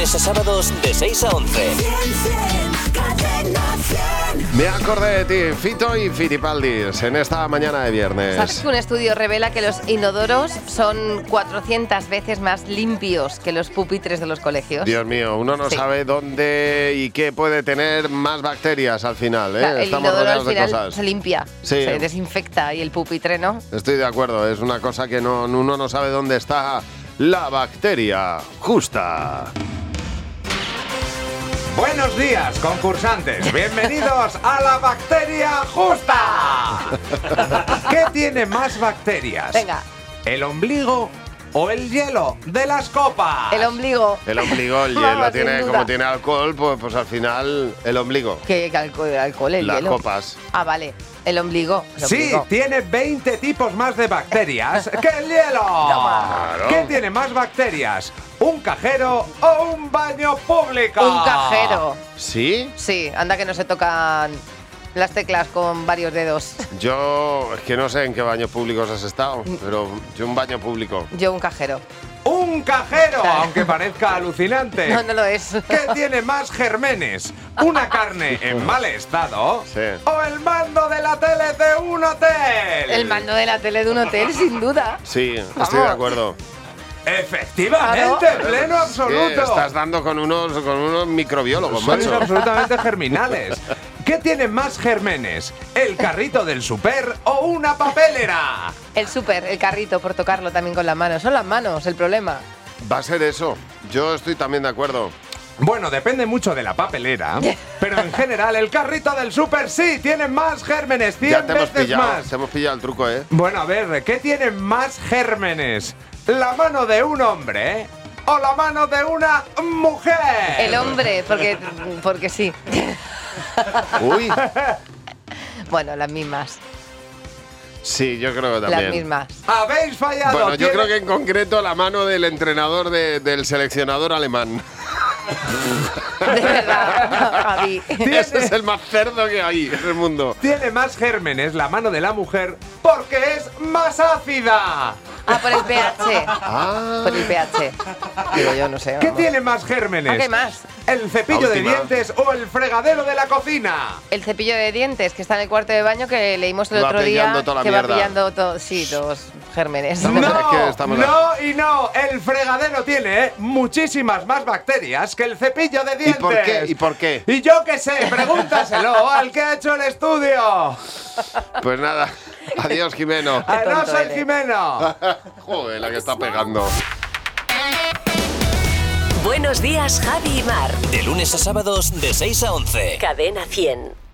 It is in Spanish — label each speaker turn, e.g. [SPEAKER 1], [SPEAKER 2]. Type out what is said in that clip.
[SPEAKER 1] a sábados de 6 a 11.
[SPEAKER 2] Me acordé de ti, Fito y Fitipaldis, en esta mañana de
[SPEAKER 3] ¿Sabes
[SPEAKER 2] viernes.
[SPEAKER 3] que un estudio revela que los inodoros son 400 veces más limpios que los pupitres de los colegios?
[SPEAKER 2] Dios mío, uno no
[SPEAKER 3] Sí.
[SPEAKER 2] sabe dónde y qué puede tener más bacterias al final, ¿eh?
[SPEAKER 3] O sea, el
[SPEAKER 2] Estamos
[SPEAKER 3] inodoro al
[SPEAKER 2] rodeados de
[SPEAKER 3] final
[SPEAKER 2] cosas.
[SPEAKER 3] se limpia,
[SPEAKER 2] Sí.
[SPEAKER 3] se desinfecta y el pupitre no.
[SPEAKER 2] Estoy de acuerdo, es una cosa que no, uno no sabe dónde está la bacteria justa.
[SPEAKER 4] Buenos días, concursantes. Bienvenidos a la bacteria justa. ¿Qué tiene más bacterias?
[SPEAKER 3] Venga,
[SPEAKER 4] ¿El ombligo o el hielo de las copas?
[SPEAKER 3] el ombligo.
[SPEAKER 2] El ombligo, el
[SPEAKER 3] Vamos,
[SPEAKER 2] hielo,
[SPEAKER 3] sin
[SPEAKER 2] tiene,
[SPEAKER 3] duda.
[SPEAKER 2] como tiene alcohol, pues, pues al final el ombligo,
[SPEAKER 3] ¿Qué alco- alcohol? el
[SPEAKER 2] las
[SPEAKER 3] hielo.
[SPEAKER 2] copas.
[SPEAKER 3] Ah, vale, el ombligo. el
[SPEAKER 4] Sí,
[SPEAKER 3] ombligo.
[SPEAKER 4] tiene 20 tipos más de bacterias que el hielo.
[SPEAKER 3] Toma.
[SPEAKER 2] Claro.
[SPEAKER 4] ¿Qué tiene más bacterias? ¿Un cajero o un baño público?
[SPEAKER 3] Un cajero.
[SPEAKER 2] ¿Sí?
[SPEAKER 3] Sí, anda que no se tocan las teclas con varios dedos.
[SPEAKER 2] Yo es que no sé en qué baños públicos has estado,
[SPEAKER 3] Mm.
[SPEAKER 2] pero yo un baño público.
[SPEAKER 3] Yo un cajero.
[SPEAKER 4] Un cajero,
[SPEAKER 3] Claro.
[SPEAKER 4] aunque parezca alucinante.
[SPEAKER 3] No, no lo es.
[SPEAKER 4] Eh. ¿Qué tiene más germenes? ¿Una carne en mal estado?
[SPEAKER 2] Sí.
[SPEAKER 4] ¿O el mando de la tele de un hotel?
[SPEAKER 3] El mando de la tele de un hotel, sin duda.
[SPEAKER 2] Sí, estoy de
[SPEAKER 3] Vamos.
[SPEAKER 2] acuerdo.
[SPEAKER 4] Efectivamente,
[SPEAKER 3] Claro.
[SPEAKER 4] pleno
[SPEAKER 2] Es que
[SPEAKER 4] absoluto.
[SPEAKER 2] estás dando con unos, con unos microbiólogos,
[SPEAKER 4] Sois
[SPEAKER 2] macho.
[SPEAKER 4] absolutamente germinales. ¿Qué tiene más germenes? ¿El carrito del super o una papelera?
[SPEAKER 3] El súper, el carrito, por tocarlo también con las manos. Son las manos el problema.
[SPEAKER 2] Va a ser eso. Yo estoy también de acuerdo.
[SPEAKER 4] Bueno, depende mucho de la papelera, pero en general el carrito del super sí tiene más gérmenes, 100
[SPEAKER 2] Ya te hemos
[SPEAKER 4] veces
[SPEAKER 2] pillado,
[SPEAKER 4] más.
[SPEAKER 2] te hemos pillado el truco, ¿eh?
[SPEAKER 4] Bueno, a ver, ¿qué tiene más gérmenes? ¿La mano de un hombre ¿eh? o la mano de una mujer?
[SPEAKER 2] Eh,
[SPEAKER 3] El hombre, porque, porque sí.
[SPEAKER 2] Uy,
[SPEAKER 3] Bueno, las mismas.
[SPEAKER 2] sí, yo creo que
[SPEAKER 3] Las
[SPEAKER 2] también.
[SPEAKER 3] mismas.
[SPEAKER 4] Habéis fallado.
[SPEAKER 2] Bueno, yo
[SPEAKER 4] tiene-
[SPEAKER 2] creo que en concreto la mano del entrenador de- del seleccionador alemán.
[SPEAKER 3] De verdad, Javi.
[SPEAKER 4] Tiene-
[SPEAKER 2] Ese es el más cerdo que hay en el mundo.
[SPEAKER 4] Tiene más gérmenes la mano de la mujer porque es más ácida.
[SPEAKER 3] Ah, por el pH.
[SPEAKER 2] Ah,
[SPEAKER 3] Por el pH. Digo yo, no sé.
[SPEAKER 4] ¿Qué
[SPEAKER 3] vamos.
[SPEAKER 4] tiene más gérmenes?
[SPEAKER 3] Ah, ¿qué más?
[SPEAKER 4] ¿El cepillo de
[SPEAKER 2] Última.
[SPEAKER 4] dientes o el fregadero de la cocina?
[SPEAKER 3] El cepillo de dientes que está en el cuarto de baño que leímos el
[SPEAKER 2] Va
[SPEAKER 3] otro
[SPEAKER 2] pillando
[SPEAKER 3] día
[SPEAKER 2] toda la
[SPEAKER 3] que
[SPEAKER 2] mierda.
[SPEAKER 3] va pillando todo, sí, los gérmenes.
[SPEAKER 2] No. Es que
[SPEAKER 4] No,
[SPEAKER 2] estamos-
[SPEAKER 4] no y no. El fregadero tiene eh, muchísimas más bacterias que el cepillo de dientes.
[SPEAKER 2] por qué? ¿Y por qué?
[SPEAKER 4] Y yo qué sé, pregúntaselo al que ha hecho el estudio.
[SPEAKER 2] pues nada. Adiós, Jimeno.
[SPEAKER 4] A no
[SPEAKER 3] tonto
[SPEAKER 4] ser
[SPEAKER 3] eres.
[SPEAKER 4] Jimeno.
[SPEAKER 2] Joder, la que está pegando.
[SPEAKER 5] Buenos días, Javi y Mar.
[SPEAKER 1] De lunes a sábados de 6 a 11.
[SPEAKER 5] Cadena 100.